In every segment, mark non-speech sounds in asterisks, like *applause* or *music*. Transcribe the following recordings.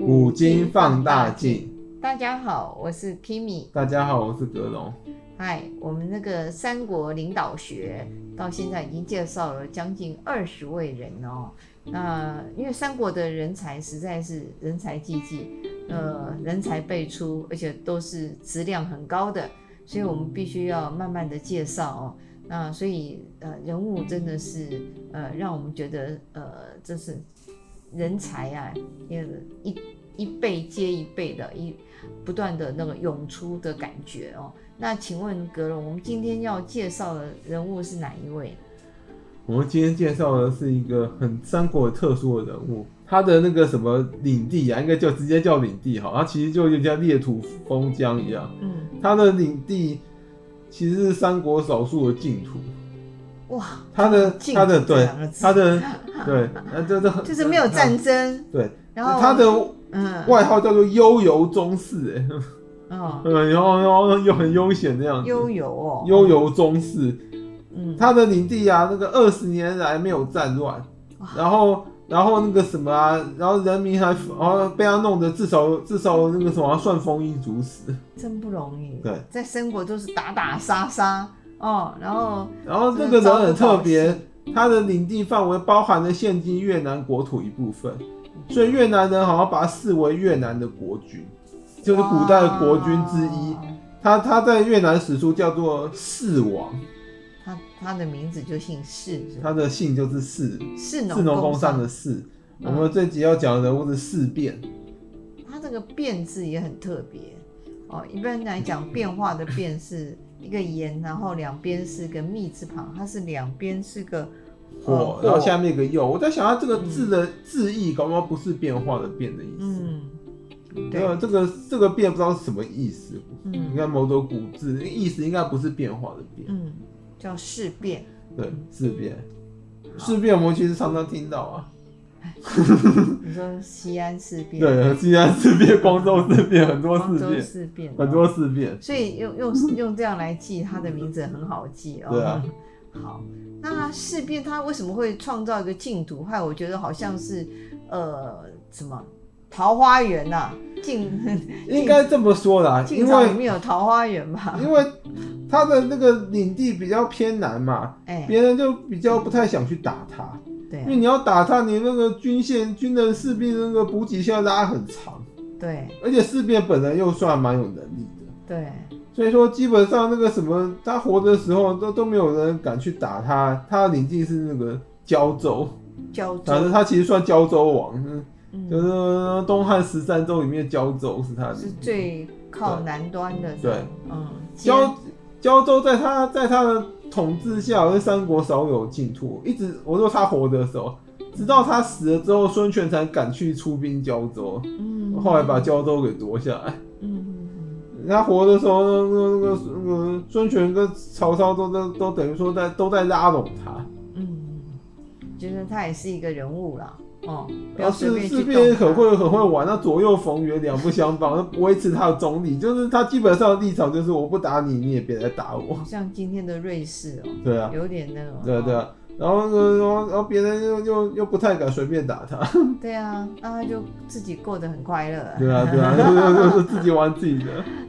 五金放大镜。大家好，我是 Kimi。大家好，我是格龙。嗨，哎我们那个三国领导学到现在已经介绍了将近二十位人哦。那因为三国的人才实在是人才济济，呃，人才辈出，而且都是质量很高的，所以我们必须要慢慢的介绍哦。那所以呃，人物真的是呃，让我们觉得呃，这是人才啊，也一一辈接一辈的，一不断的那个涌出的感觉哦。那请问格隆，我们今天要介绍的人物是哪一位？我们今天介绍的是一个很三国特殊的人物，他的那个什么领地啊，应该叫直接叫领地好，他其实就有点像裂土封疆一样，嗯，他的领地其实是三国少数的净土。哇，他的净他的土这对两个字他的对，那这这就是没有战争，对，然后他的嗯外号叫做悠游中士，哎， *laughs* 哦嗯，然后然后又很悠闲那样子，悠游哦悠游中士，嗯他的领地啊，那个二十年来没有战乱，然后然后那个什么啊，然后人民还然后被他弄得至少至少那个什么啊算丰衣足食，哦真不容易，对，在生活都是打打杀杀哦，然后然后这个人很特真的别糟，他的领地范围包含了现今越南国土一部分，所以越南人好像把他视为越南的国君，就是古代的国君之一哇。。他他在越南史书叫做世王，他他的名字就姓释，是吧他的姓就是世，士士农工商商的士。嗯我们这集要讲的人物是事变，它这个变字也很特别哦。一般来讲，变化的变是一个言，然后两边是个密字旁，它是两边是个火，哦然后下面一个又。我在想他这个嗯字的字义，搞不好不是变化的变的意思。嗯，没有对，这个这个变不知道是什么意思，应嗯该某种古字意思应该不是变化的变。嗯，叫事变。对，事变，事变我们其实常常听到啊。你说西安事变，，对，既然事变、光州事变，很多光事州变，事变，哦很多。事变。所以用用用这样来记他的名字很好记哦。对啊，好，那事变他为什么会创造一个净土？害我觉得好像是呃什么桃花源呐、净应该这么说啦，晋因朝里为面有桃花源吧？因为他的那个领地比较偏南嘛，哎、别人就比较不太想去打他，对因啊为你要打他，你那个军线、军人士兵的那个补给线要拉很长，对而且事变本人又算蛮有能力的，对，所以说基本上那个什么，他活的时候都都没有人敢去打他，他的领地是那个胶州。胶反正州，他其实算胶州王，嗯就嗯，是东汉十三州里面胶州是他的是最靠南端的，对，嗯，胶胶州在他在他的统治下是三国少有净土，一直我说他活的时候，直到他死了之后，孙权才敢去出兵胶州，嗯，后来把胶州给夺下来。嗯，嗯他活的时候，那个那个那个孙权跟曹操都都都等于说在都在拉拢他，嗯嗯，嗯觉得他也是一个人物啦，哦、不然要后随士便士去兵动他，很会很会玩，那左右逢源，两不相帮，维持他的中立，就是他基本上的立场就是我不打你，你也别来打我。像今天的瑞士哦，对啊，有点那种，对啊，对哦啊。然后呢，然后然后别人又又又不太敢随便打他， *laughs* 对啊，那他就自己过得很快乐，对啊，对啊，又又又自己玩自己的，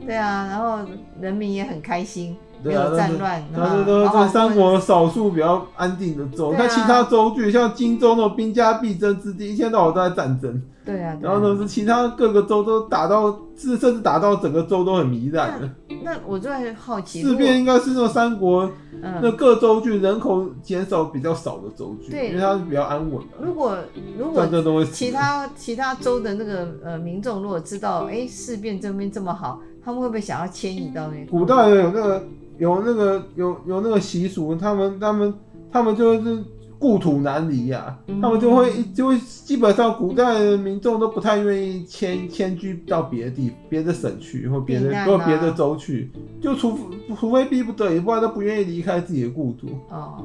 对啊，然后人民也很开心， *laughs* 没对啊有战乱，他是都啊好好这三过日国少数比较安定的州，对啊看其他州郡，像荆州那种兵家必争之地，一天到晚都在战争，子，对啊，对然啊后呢是其他各个州都打到，甚甚至打到整个州都很糜烂嗯了。那我就很好奇，事变应该是那种三国如果嗯那各州郡人口减少比较少的州郡，对因为它比较安稳嘛，如果如果战争都会死其他其他州的那个呃民众如果知道哎事变这边这么好，他们会不会想要迁移到那个古代有那个有那个有有那个习俗，他们他们他们就是故土难离呀、嗯他们就会就会基本上古代的民众都不太愿意迁迁居到别的地别的省去或别避的难啊或别的州去，就除除非逼不得已，不然都不愿意离开自己的故土。哦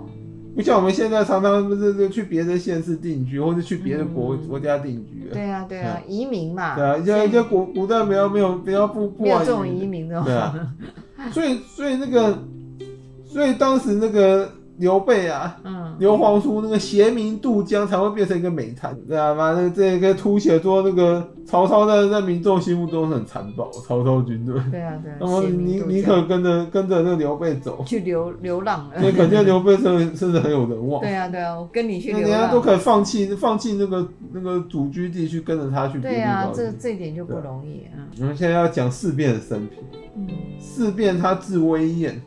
不像我们现在常常不是就去别的县市定居，或者去别的国、嗯国家定居了。对啊对啊移民嘛，对啊，所像以像古古代没有没有没有不不没有玩这种移民， *laughs* 民的对啊话，啊所以所以那个，所以当时那个刘备啊，嗯，刘皇叔那个贤明渡江才会变成一个美谈，对啊，妈那这个凸显说那个曹操在在民众心目中是很残暴，曹操军队，对啊对啊，那么写你明度你假可跟着跟着那个刘备 *laughs* 走，去流流浪了，所以可见刘备甚甚至很有人 *laughs* 望，对啊对啊，我跟你去那流人家都浪，可以放弃放弃那个那个祖居地区，跟着他去别对的地啊，方。这这一点就不对啊容易，嗯我们现在要讲四变的生平，嗯四变他字威彦。嗯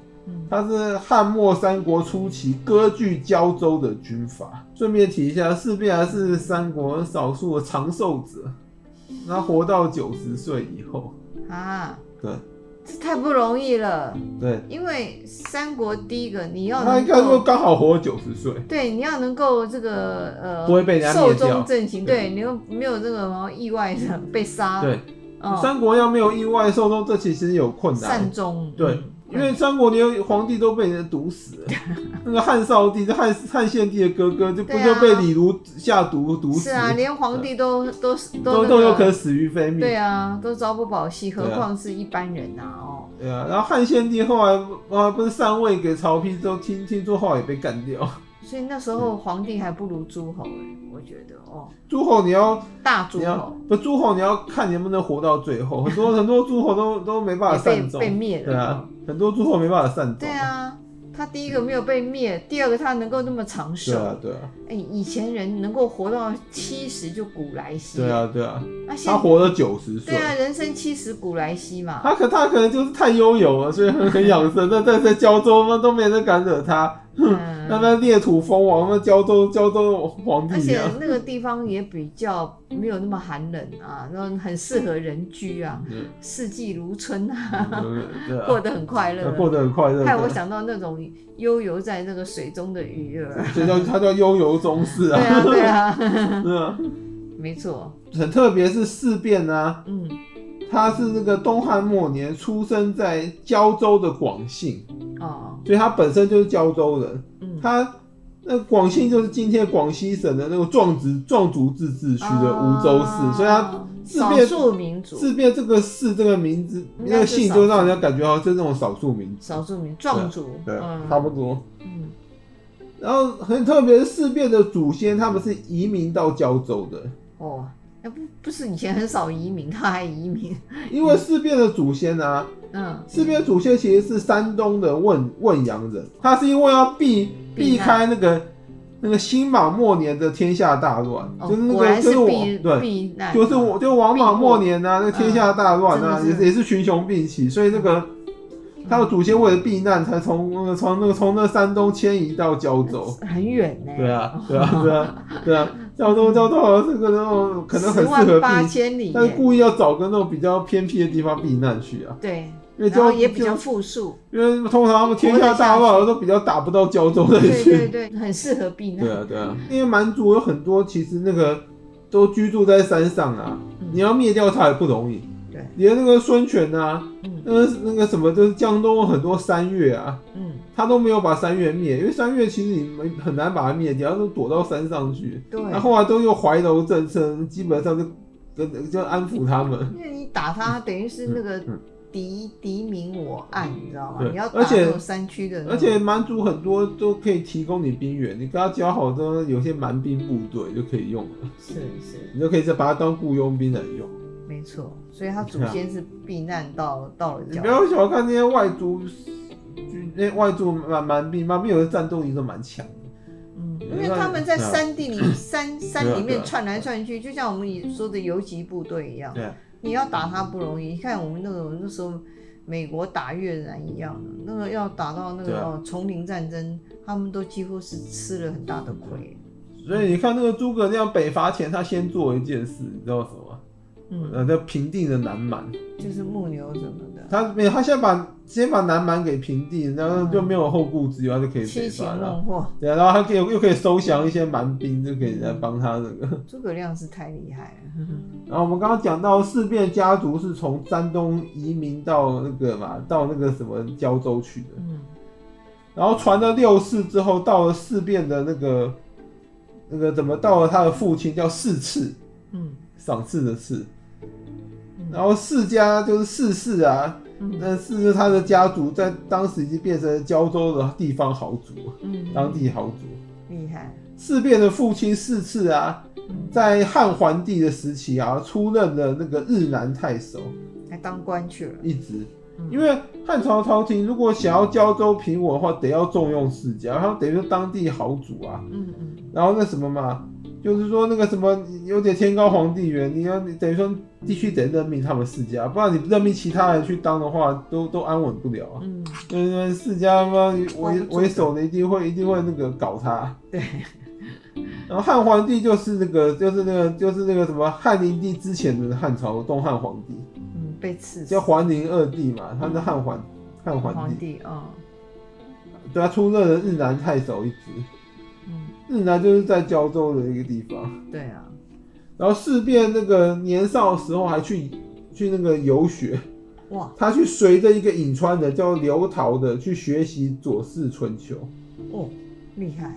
他是汉末三国初期割据胶州的军阀。顺便提一下，四变还是三国少数的长寿者，他活到九十岁以后。啊，对这太不容易了，对，因为三国第一个你要他能应该够。说刚好活九十岁。对，你要能够这个呃，不会被人家寿灭掉终正寝，对，你又没有这个什么意外的被杀，对，哦，三国要没有意外受终，这其实有困难善。终，啊对嗯，因为三国连皇帝都被人毒死 *laughs* 了，那个汉少帝，这汉汉献帝的哥哥，就不对啊就被李儒下毒毒是，死啊，连皇帝都都都都都有那可能个，死于非命。对啊，都朝不保夕，何对啊况是一般人啊，哦，对啊，然后汉献帝后来啊不是禅位给曹丕之后，听听说后来也被干掉。 *laughs* 所以那时候皇帝还不如诸侯哎，我觉得哦，诸侯你要大诸你要侯不诸侯你要看你能不能活到最后，很 *laughs* 多很多诸侯都都没办也法被善终被。灭对啊了，，哦很多诸侯没办法善终。对，啊，他第一个没有被灭，第二个他能够那么长对啊寿，，对啊，哎，以前人能够活到七十就古来稀，对，啊，对啊，那现他活了九十岁对。啊，人生七十古来稀 *laughs* 嘛，他可他可能就是太悠游了，所以很很养生。但 *laughs* 但在胶州嘛，都没人敢惹他。嗯那那裂土封王，那胶州胶州皇而帝一且样。那个地方也比较没有那么寒冷啊，然后很适合人居啊，嗯四季如春啊， *laughs* 对 *laughs* 过啊，得很快乐。过得很快乐。害对我啊想到那种悠游在那个水中的鱼儿。所以叫它叫悠游宗 *laughs* 室对啊，啊， *laughs* 对啊，对 *laughs* 啊，没错，很特别是事变啊，嗯，他是那个东汉末年出生在胶州的广信，哦，所以他本身就是胶州人。嗯，他那广信就是今天广西省的那个壮族壮族自治区的梧州市，哦所以他自少变数民族，事变这个市这个名字应该是那个姓就让人家感觉好像是那种少数民族，少数民壮族，对，差嗯不多。嗯，然后很特别，事变的祖先他们是移民到胶州的，哦，那不不是以前很少移民，他还移民，因为事变的祖先啊，嗯，四边祖先其实是山东的汶汶阳人，他是因为要避避避难开那个那个辛莽末年的天下大乱，哦就是那果个然就是是我避对，避难，啊就是我就王莽末年啊，那个天下大乱啊，嗯真也的是是也是群雄并起，所以那个他的祖先为了避难，才从那个从那个从那山东迁移到胶州。很远呢、对啊，对哦啊，对啊，对啊，胶州胶州好像是个那种可能很适合万八避，千里但是耶，故意要找个那种比较偏僻的地方避难去啊，对，因为然胶后也比胶较富庶，因为通常他们天下大乱都比较打不到胶州那对对去。对，很适合避难。对啊，对啊，因为蛮族有很多其实那个都居住在山上啊，嗯你要灭掉它也不容易。对连那个孙权啊，嗯那个那个什么，就是江东有很多山越啊，嗯，他都没有把山越灭，因为山越其实你们很难把它灭掉，都躲到山上去。对，那后来都用怀柔政策，基本上就跟就安抚他们。因为你打他，等于是那个嗯敌敌明我暗，你知道吗？对你要打而且那种山区的那种，而且蛮族很多都可以提供你兵源，你跟他交好的有些蛮兵部队就可以用了，是是你就可以再把它当雇佣兵来用。没错，所以他祖对啊先是避难到到了你角不要小看那些外族，那外族蛮蛮兵，蛮兵有的战斗力都蛮强的。嗯，因为他们在山地 *coughs* 里、山山里对啊对面啊窜来窜去，就像我们说的游击部队一样。对啊你要打他不容易，你看我们那个那时候美国打越南一样的，那个要打到那对个、啊哦丛林战争，他们都几乎是吃了很大的啊亏。所以你看那个诸葛亮北伐前，他先做一件事，你知道什么吗？嗯，呃，叫平定了南蛮。就是牧牛什么的，他没有，他先把先把南蛮给平定，然后就没有后顾之忧，他就可以北七擒伐了。孟 *laughs* 获，对啊，然后他可以又可以收降一些蛮兵，就可以来帮他这个。诸葛亮是太厉害了。然后我们刚刚讲到四变家族是从山东移民到那个嘛，到那个什么胶州去的。嗯，然后传了六世之后，到了四变的那个那个怎么到了他的父亲叫四次，嗯赏赐的赐。嗯然后世家就是世世啊，嗯但是他的家族在当时已经变成了胶州的地方豪族，嗯，当地豪族。厉害，四变的父亲四次啊，嗯，在汉桓帝的时期啊，出任了那个日南太守，还当官去了，一直。嗯因为汉朝朝廷如果想要胶州平稳的话，得要重用世家，然后等于说当地豪族啊，嗯嗯然后那什么嘛，就是说那个什么有点天高皇帝远，你要你等于说必须得任命他们世家，不然你任命其他人去当的话，都都安稳不了啊。嗯，就是世家嘛，管不为住为首的一定会一定会那个搞他。对，然后汉皇帝就是那个就是那个就是那个什么汉灵帝之前的汉朝东汉皇帝，嗯，被刺死叫，桓灵二帝嘛，他是汉桓汉桓皇帝，帝，哦，对他出任了日南太守一职，嗯，日南就是在胶州的一个地方。对啊，然后事变那个年少的时候还去去那个游学，哇他去随着一个颍川的叫刘陶的去学习《左氏春秋》，哦，厉害，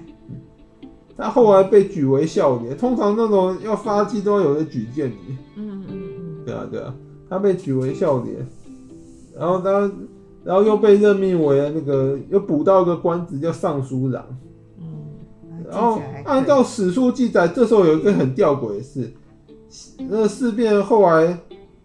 他后来被举为孝廉。通常那种要发迹都要有人举荐你，嗯嗯对啊对啊，他被举为孝廉，然后他然后又被任命为那个又补到一个官职叫尚书郎。嗯嗯，然后啊按照史书记载，这时候有一个很吊诡的事，那事变后来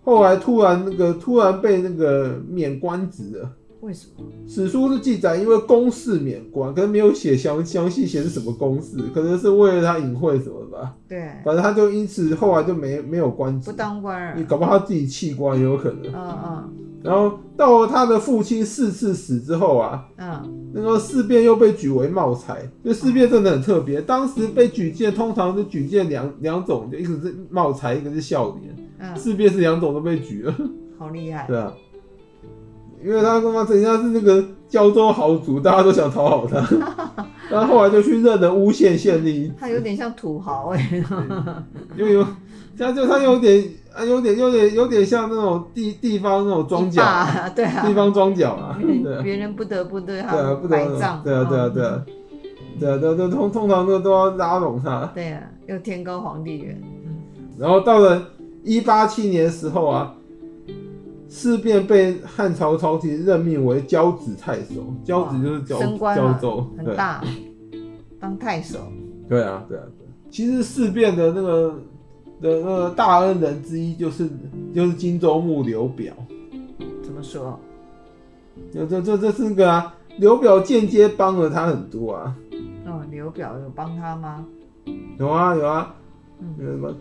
后来突然那个突然被那个免官职了。为什么？史书是记载，因为公事免官，可是没有写详详细写是什么公事，可能是为了他隐晦什么吧。对，反正他就因此后来就没没有官职不，当官你了，搞不好他自己弃官也有可能。嗯然后到了他的父亲四次死之后啊，嗯嗯，那个事变又被举为茂才，就事变真的很特别。当时被举荐，通常是举荐两两种，就一个是茂才，一个是孝廉。嗯，事变是两种都被举了，好厉害，对啊，因为他他妈人家是那个胶州豪族，大家都想讨好他，然后后来就去任了乌县县令，他有点像土豪哎，又有他就他有点啊，有点有点有点像那种地地方那种庄脚，啊，对啊 *laughs* 地，方庄脚啊，别人对啊。别人不得不对他对啊，不埋得葬，嗯对啊，对啊，对啊，对啊，对啊，对啊通通常都都要拉拢他嗯，。对啊，又天高皇帝远，嗯然后到了一八七年的时候啊，事变被汉朝朝廷任命为交趾太守，交趾就是交升官交嘛州，很对大，当太守，对啊，对啊，对啊。其实事变的那个的那个大恩人之一就是就是荆州牧刘表，怎么说？这这这这是那个啊，刘表间接帮了他很多啊，哦，刘表有帮他吗？有啊有啊，嗯有什么？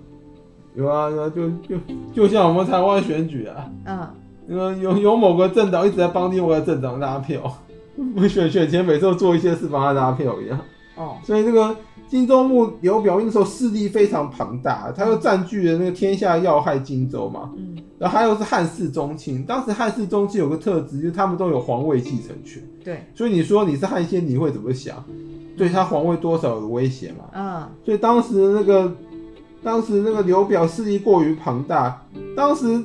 有啊有啊，就就就像我们台湾选举啊，嗯，那个有有某个政党一直在帮另外一个政党拉票， *laughs* 选选前每次都做一些事帮他拉票一样。哦，所以那个荆州牧刘表那时候势力非常庞大，他又占据了那个天下要害荆州嘛，嗯，然后他又是汉室宗亲。当时汉室宗亲有个特质，就是他们都有皇位继承权，对，所以你说你是汉献帝会怎么想？对他皇位多少有威胁嘛？嗯所以当时那个，当时那个刘表势力过于庞大。当时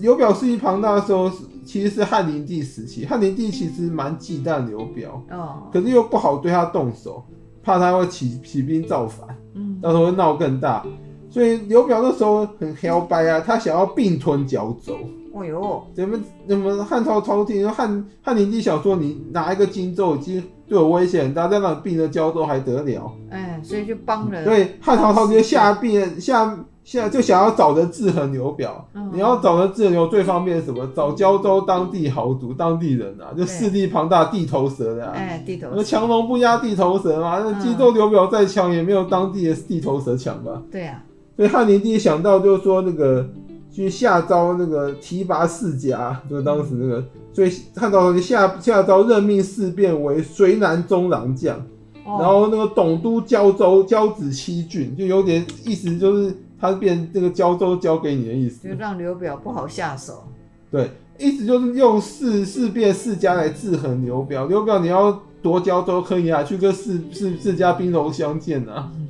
刘表势力庞大的时候，是其实是汉灵帝时期。汉灵帝其实蛮忌惮刘表，哦，可是又不好对他动手，怕他会起起兵造反，嗯到时候会闹更大。所以刘表那时候很摇摆啊，他想要并吞胶州。哦哟，咱们咱们汉朝朝廷汉汉灵帝想说，你拿一个荆州已经对我威胁很大，再让你并了胶州还得了？哎，所以就帮了，对，汉朝朝廷下变下下就想要找人制衡刘表。嗯你要找人制衡刘最方便是什么？找胶州当地豪族、当地人啊，就势力庞大、地头蛇的、啊。哎，地头那，强龙不压地头蛇嘛，那嗯荆州刘表再强也没有当地的地头蛇强吧？对啊，所以汉灵帝想到就是说那个去下诏那个提拔世家，就当时那个，所以汉朝朝廷下下诏任命事变为绥南中郎将。然哦，后那个董都胶州交趾七郡，就有点意思，就是他变这个胶州交给你的意思就。让刘表不好下手，对，意思就是用世世变世家来制衡刘表。刘表你要夺胶州可以啊，去跟世世世家兵戎相见啊。嗯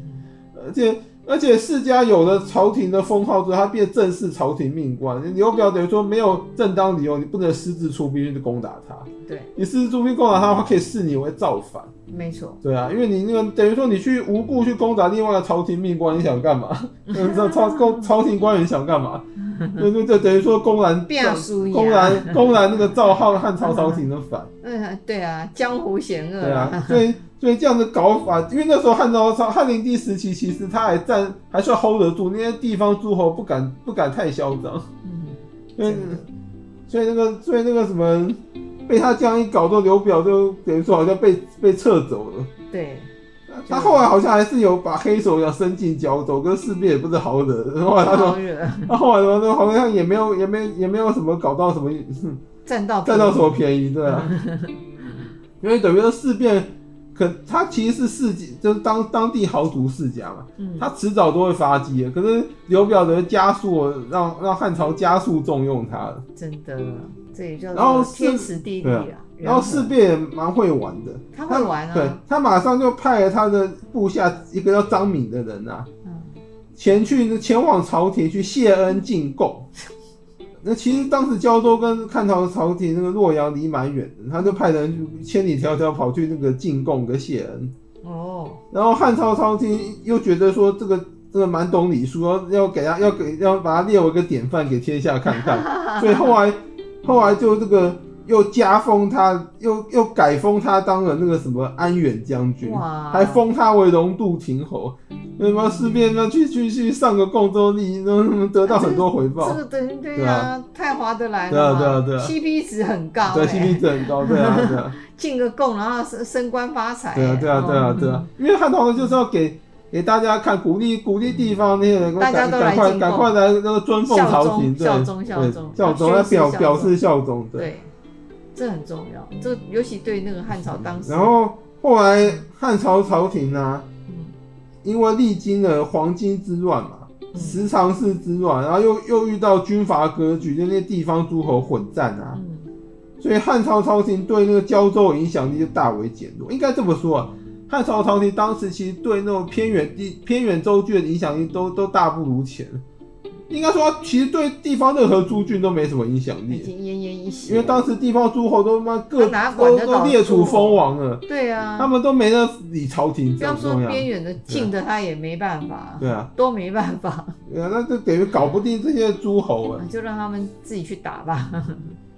而且而且世家有了朝廷的封号之后，他变正式朝廷命官。刘表等于说没有正当理由，你不能私自出兵去攻打他。对，你私自出兵攻打他的话，可以视你为造反。没错，对啊，因为你那个等于说你去无故去攻打另外的朝廷命官，你想干嘛？嗯，朝朝朝廷官员想干嘛？对对对，等于说公然变啊造输公呀，然公然那个赵浩和曹操廷的反，嗯，对啊，江湖险恶对啊，所以所以这样的搞法，因为那时候汉朝朝汉灵帝时期，其实他还站还算 hold 得住，那些地方诸侯不敢不敢太嚣张，嗯，所以真的所以那个所以那个什么。被他这样一搞，都刘表就等于说好像被被撤走了。对，他后来好像还是有把黑手要伸进胶州，跟士兵也不是好惹。然后 *laughs* 他说，招惹，他后来怎么说好像也没有也没也没有什么搞到什么占到占到什便宜么便宜，对啊。因为等于说事变，可他其实是世界，就是当当地豪族世家嘛，嗯，他迟早都会发迹的。可是刘表的加速让让汉朝加速重用他了，真的，这也叫然后做是天时地利对啊啊。然后人事和变也蛮会玩的，他会玩对啊，他马上就派了他的部下一个叫张敏的人啊，嗯，前去前往朝廷去谢恩进贡。那其实当时胶州跟汉朝朝廷那个洛阳离蛮远的，他就派人去千里迢迢跑去那个进贡跟谢恩。哦，然后汉朝朝廷又觉得说这个这个蛮懂礼数，要要给他要给要把他列为一个典范给天下看看，所以后来后来就这个又加封他，又又改封他当了那个什么安远将军。哇，还封他为龙渡亭侯，那么顺便呢去去去上个贡州立，能能得到很多回报这，个等于对对啊啊，太划得来对啊了嘛，对啊对啊 CP 值很高欸，对 CP 值很高，对啊对 *laughs* 啊进个贡，然后升升官发财欸，对啊对啊对啊哦对啊，因为汉朝呢就是要给给大家看，鼓励鼓励地方那些人，大家赶都来赶快进贡赶快来那个尊奉朝廷，对效忠效对忠效忠忠，要要宣誓表效表忠示效忠，对。嗯对，这很重要，这尤其对那个汉朝当时，然后后来汉朝朝廷啊呢，嗯因为历经了黄巾之乱嘛。嗯十常侍之乱，然后又又遇到军阀割据，就那些地方诸侯混战啊，嗯所以汉朝朝廷对那个胶州的影响力就大为减弱。应该这么说啊，汉朝朝廷当时其实对那种偏远地、偏远州郡的影响力都都大不如前。应该说，其实对地方任何诸郡都没什么影响已力，经奄奄一息了，因为当时地方诸侯都他妈各他哪管都得都了列诸侯啊楚封王了，对啊，他们都没人理朝廷不这要么说重要。边缘的近的他也没办法，对啊，都没办法，对啊，那就等于搞不定这些诸侯啊。就让他们自己去打吧。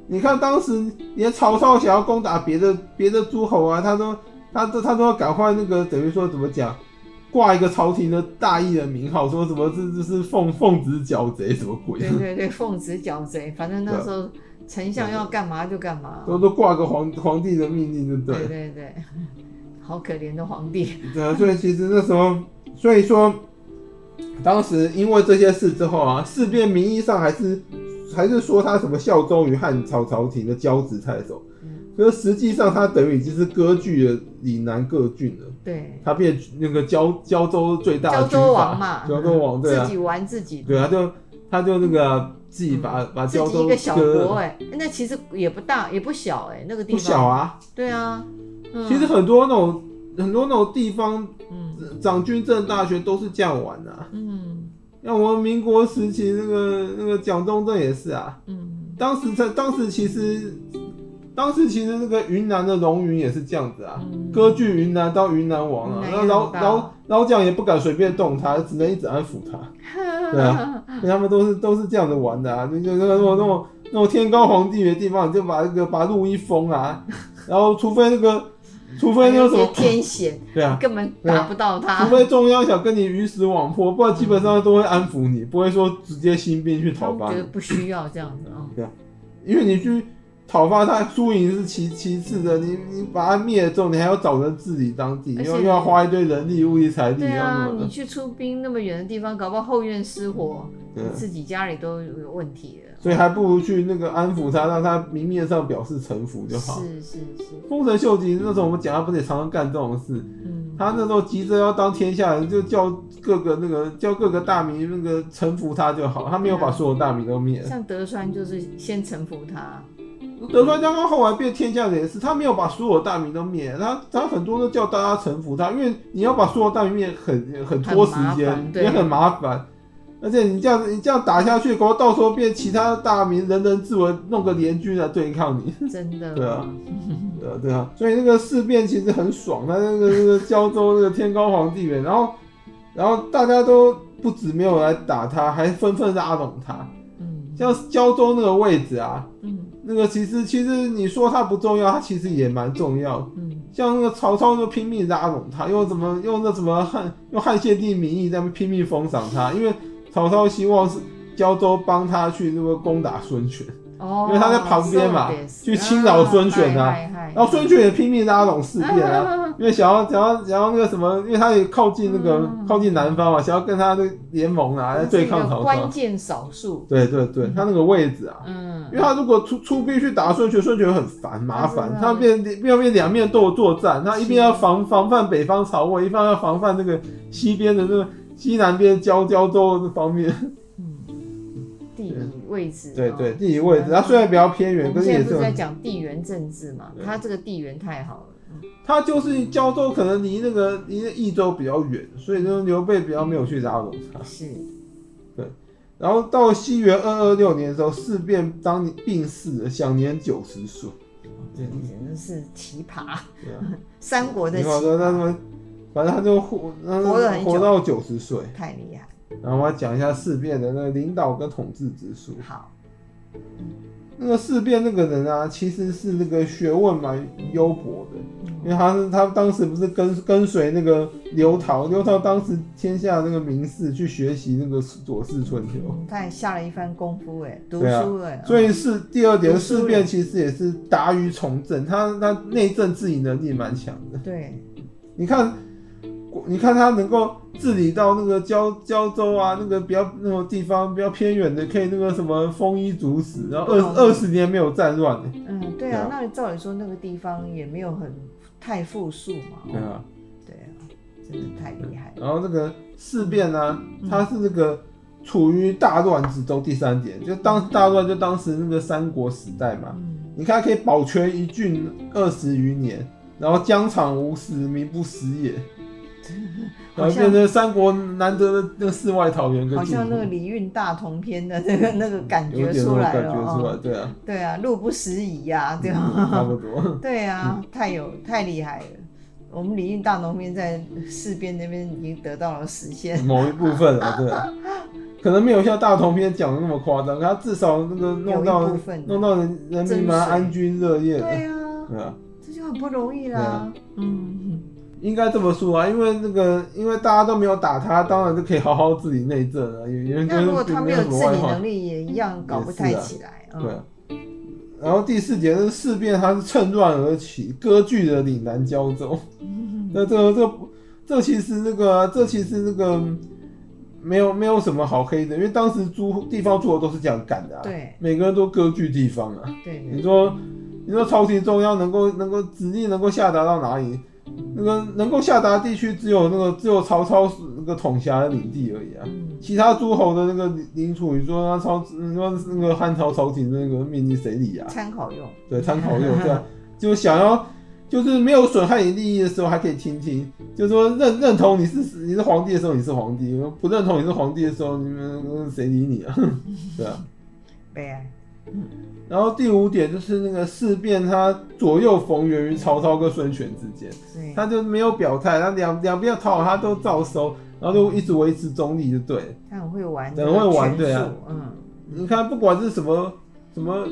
你看当时连曹操想要攻打别的别的诸侯啊，他都他都他都要赶快那个等于说怎么讲，挂一个朝廷的大义的名号，说什么这这是奉奉旨剿贼什么鬼对，对对，奉旨剿贼，反正那时候丞相要干嘛就干嘛。都都挂个皇皇帝的命令，啊对不对对？对对，好可怜的皇帝。对啊，所以其实那时候，所以说当时因为这些事之后啊，事变名义上还是还是说他什么效忠于汉朝朝廷的交趾太守，嗯可是实际上他等于已经是割据了岭南各郡了。对，他变那个胶胶州最大胶的军阀州王嘛，胶州王对自啊，己玩自己的，对啊，就他就那个啊自己把、把嗯自胶己一州个小割国了哎，那其实也不大也不小哎，那个地不方小啊。对啊，嗯其实很多那种很多那种地方嗯长军政大学都是这样玩的、啊。嗯像我们民国时期那个那个蒋中正也是啊，嗯当时在当时其实当时其实那个云南的龙云也是这样子啊。嗯，割据云南当云南王啊，云南然后也老很大老老蒋也不敢随便动他，只能一直安抚他。 *laughs* 对啊所以他们都是都是这样子玩的啊，就就那种那种那种天高皇帝远的地方，你就把那个把路一封啊， *laughs* 然后除非那个，除非那个什些 *laughs* 么，啊天险，对啊，根本打不到他除。非中央想跟你鱼死网破，不然基本上都会安抚你，不会说直接兴兵去他讨们伐觉得你，不需要这样子 *laughs* 啊，因为你去讨伐他，输赢是其其次的，你你把他灭了之后，你还要找人治理当地，而且又又要花一堆人力、物力、财力，对要啊那，么你去出兵那么远的地方，搞不好后院失火，对啊你自己家里都有问题了。所以还不如去那个安抚他，让他明面上表示臣服就好。是是是，丰臣秀吉那时候我们讲，他不是也常常干这种事？嗯，他那时候急着要当天下人，就叫各个那个叫各个大名那个臣服他就好，他没有把所有大名都灭了。像德川就是先臣服他，德川家康后来变天下人也是，他没有把所有大名都灭了，他他很多都叫大家臣服他，因为你要把所有大名灭很很拖时很麻烦间，对也很麻烦。而且你这样你这样打下去，搞不好到时候变其他大名人人自危，弄个联军来对抗你。真的。对啊对啊，对啊，所以那个事变其实很爽，他那个那个胶州那个天高皇帝远，然后然后大家都不止没有来打他，还纷纷拉拢他，嗯，像胶州那个位置啊，嗯那个其实其实你说它不重要，它其实也蛮重要的。嗯，像那个曹操就拼命拉拢他，用怎么用那什么汉用汉献帝名义在那边拼命封赏他，因为曹操希望是胶州帮他去那个攻打孙权，哦，因为他在旁边嘛そうです去侵扰孙权啊嗨嗨嗨然后孙权也拼命拉拢四边啊，因为想要想要想要那个什么，因为他也靠近那个、嗯靠近南方嘛，想要跟他的联盟啊，来对抗这个曹关操。键少数，对对对，他那个位置啊，嗯因为他如果出出兵去打孙权，孙权很烦麻烦，他他变变变两面都有作战，他一边要防防范北方曹魏，一方要防范那个西边的那个西南边交交州这方 *laughs* 面，嗯，地理位置，对哦对，地理位置，他虽然比较偏我远，们但是现在也不是是在很讲地缘政治嘛？对他这个地缘太好了，嗯他就是胶州可能离那个离那益州比较远，所以就是刘备比较没有去拉拢他。是，然后到西元二二六年的时候，事变当年病逝了，享年九 *laughs* 十岁。对真的是奇葩，对啊，三国的你奇好说那他葩，们，反正他就活，那活了很久活到九十岁。太厉害。然后我要讲一下事变的那个领导跟统治之术。好，那个事变那个人啊，其实是那个学问蛮优博的，嗯因为他是他当时不是跟跟随那个刘陶，刘陶当时天下那个名士去学习那个左氏春秋，嗯他也下了一番功夫哎，读对啊书哎，所以是第二点读书事人变其实也是达于从政，他他内政治理能力蛮强的嗯。对，你看，你看他能够治理到那个胶胶州啊，那个比较那种地方比较偏远的，可以那个什么丰衣足食，然后二嗯二十年没有战乱、欸，嗯，对对啊啊，那照理说那个地方也没有很太富庶嘛，哦对啊。对啊，真的太厉害了，然后那个事变呢、啊，嗯它是那个处于大乱之中。第三点，就当大乱就当时那个三国时代嘛，嗯，你看可以保全一郡二十余年，然后疆场无死，民不食也。*laughs* 然好后变像成三国难得的那个世外桃源跟好净像土那个《礼运大同篇》的那个那个感有觉点那出种来感了觉出来，嗯哦，*laughs* 对啊，对啊，路不拾遗呀，对吧？差不多。对啊，太有太厉害了。我们李运大农民在市边那边已经得到了实现。某一部分 *laughs* 啊，对啊，可能没有像大同篇讲的那么夸张，可他至少那个弄有到一部分弄到人人民真蛮实安居乐业的，对啊，对啊。这就很不容易对啦啊。嗯，应该这么说啊，因为那个，因为大家都没有打他，当然就可以好好治理内政啊了。有有人那如果他没有什自么外理患能，力，也一样搞不太起来。对嗯，啊。然后第四点是事变，他是趁乱而起，割据了岭南胶州。嗯那这个这个这其实那个这其实那个没有没有什么好黑的，因为当时诸地方诸侯都是这样干的、啊，，对每个人都割据地方啊。对你对，说你说朝廷中央能够能够指令能够下达到哪里？那个能够下达地区只有那个只有曹操那个统辖的领地而已啊，嗯，其他诸侯的那个领土，你说他朝你说那个汉朝朝廷的那个命令谁理啊？参考用。对，参考用对啊，就想要就是没有损害你利益的时候还可以听听，就是说认认同你是你是皇帝的时候你是皇帝，不认同你是皇帝的时候你们谁理你啊？ *laughs* 对啊。对啊，然后第五点就是那个事变，它左右逢源于曹操跟孙权之间，对，他就没有表态，他两两边讨好他都照收，然后就一直维持中立，就对了。他很会玩，很会玩对啊。嗯，你看，不管是什么什么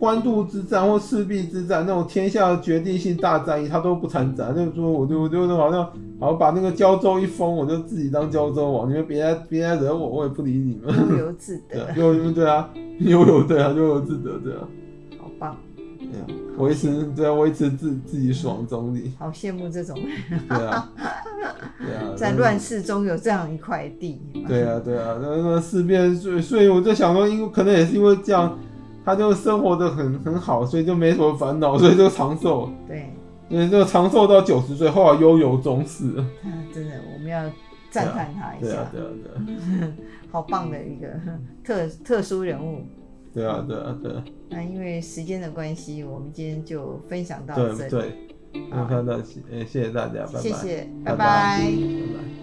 官渡之战或赤壁之战那种天下决定性大战役，他都不参战，就是说我就我就好像好像把那个胶州一封，我就自己当胶州王，你们别来别来惹我，我也不理你们。悠游自对啊得，，悠悠对啊，悠悠对啊，悠悠自得对啊。好棒，对啊，维持对啊，维持自自己爽中立，好羡慕这种对啊，*laughs* 对啊，在乱世中有这样一块地。对啊，对啊，那那事变，所以所以我就想说，因为可能也是因为这样，他就生活的很很好，所以就没什么烦恼，所以就长寿，对，对，就长寿到九十岁，后来悠游终逝。嗯真的，我们要赞叹他一对下啊，。对啊，对啊，好棒的一个哼特特殊人物。对啊，对啊，对啊，那因为时间的关系，我们今天就分享到这对里，对，那看到，哎，谢谢大家，拜拜，谢谢，拜拜拜拜拜拜。